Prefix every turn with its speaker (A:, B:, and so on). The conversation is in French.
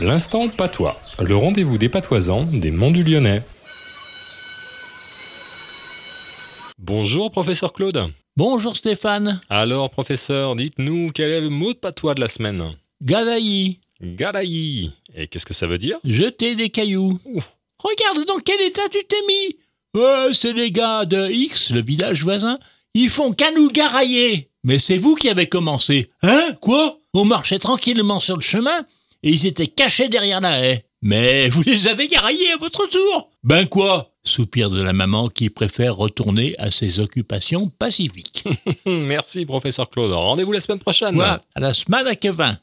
A: L'instant patois, le rendez-vous des patoisans des Monts du Lyonnais. Bonjour professeur Claude.
B: Bonjour Stéphane.
A: Alors professeur, dites-nous quel est le mot de patois de la semaine
B: Gadaï,
A: Galaï. Et qu'est-ce que ça veut dire
B: jeter des cailloux.
A: Ouh.
B: Regarde dans quel état tu t'es mis. Ouais, c'est les gars de X, le village voisin. Ils font qu'à nous garailler. Mais c'est vous qui avez commencé. Hein Quoi On marchait tranquillement sur le chemin et ils étaient cachés derrière la haie. Mais vous les avez garaillés à votre tour. Ben quoi Soupir de la maman qui préfère retourner à ses occupations pacifiques.
A: Merci professeur Claude. Rendez-vous la semaine prochaine.
B: Moi, à la semaine à Kevin.